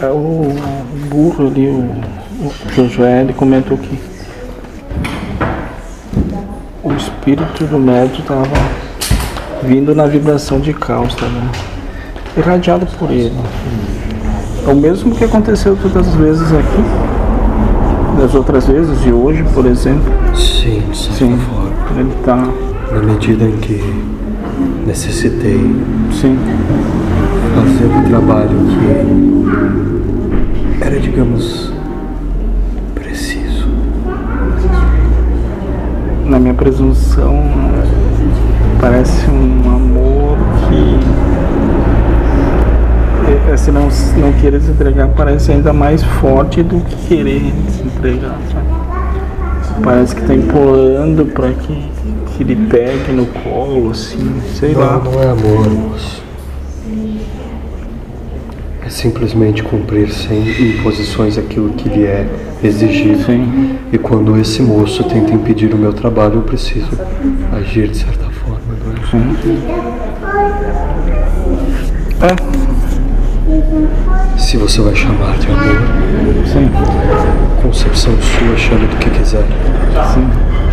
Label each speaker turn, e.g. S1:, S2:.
S1: É O burro ali, o, o Josué, ele comentou que o espírito do médium estava vindo na vibração de caos também, irradiado por ele. É o mesmo que aconteceu todas as vezes aqui, das outras vezes, e hoje, por exemplo,
S2: Sim, de certa
S1: Sim.
S2: forma.
S1: ele tá, está,
S2: Na medida em que necessitei
S1: sim,
S2: fazer um trabalho que era, digamos, preciso.
S1: na minha presunção, parece um amor que, eh, se não, não querer se entregar, parece ainda mais forte do que querer se entregar. sabe? Parece que está empurrando para que, que ele pegue no colo, assim, sei lá.
S2: Não, não é amor, moço. É simplesmente cumprir sem imposições aquilo que lhe é exigido.
S1: Sim.
S2: E quando esse moço tenta impedir o meu trabalho, eu preciso agir de certa forma, não é?
S1: É,
S2: Se você vai chamar de amor,
S1: sim,
S2: concepção sua, chame do que quiser.
S1: sim.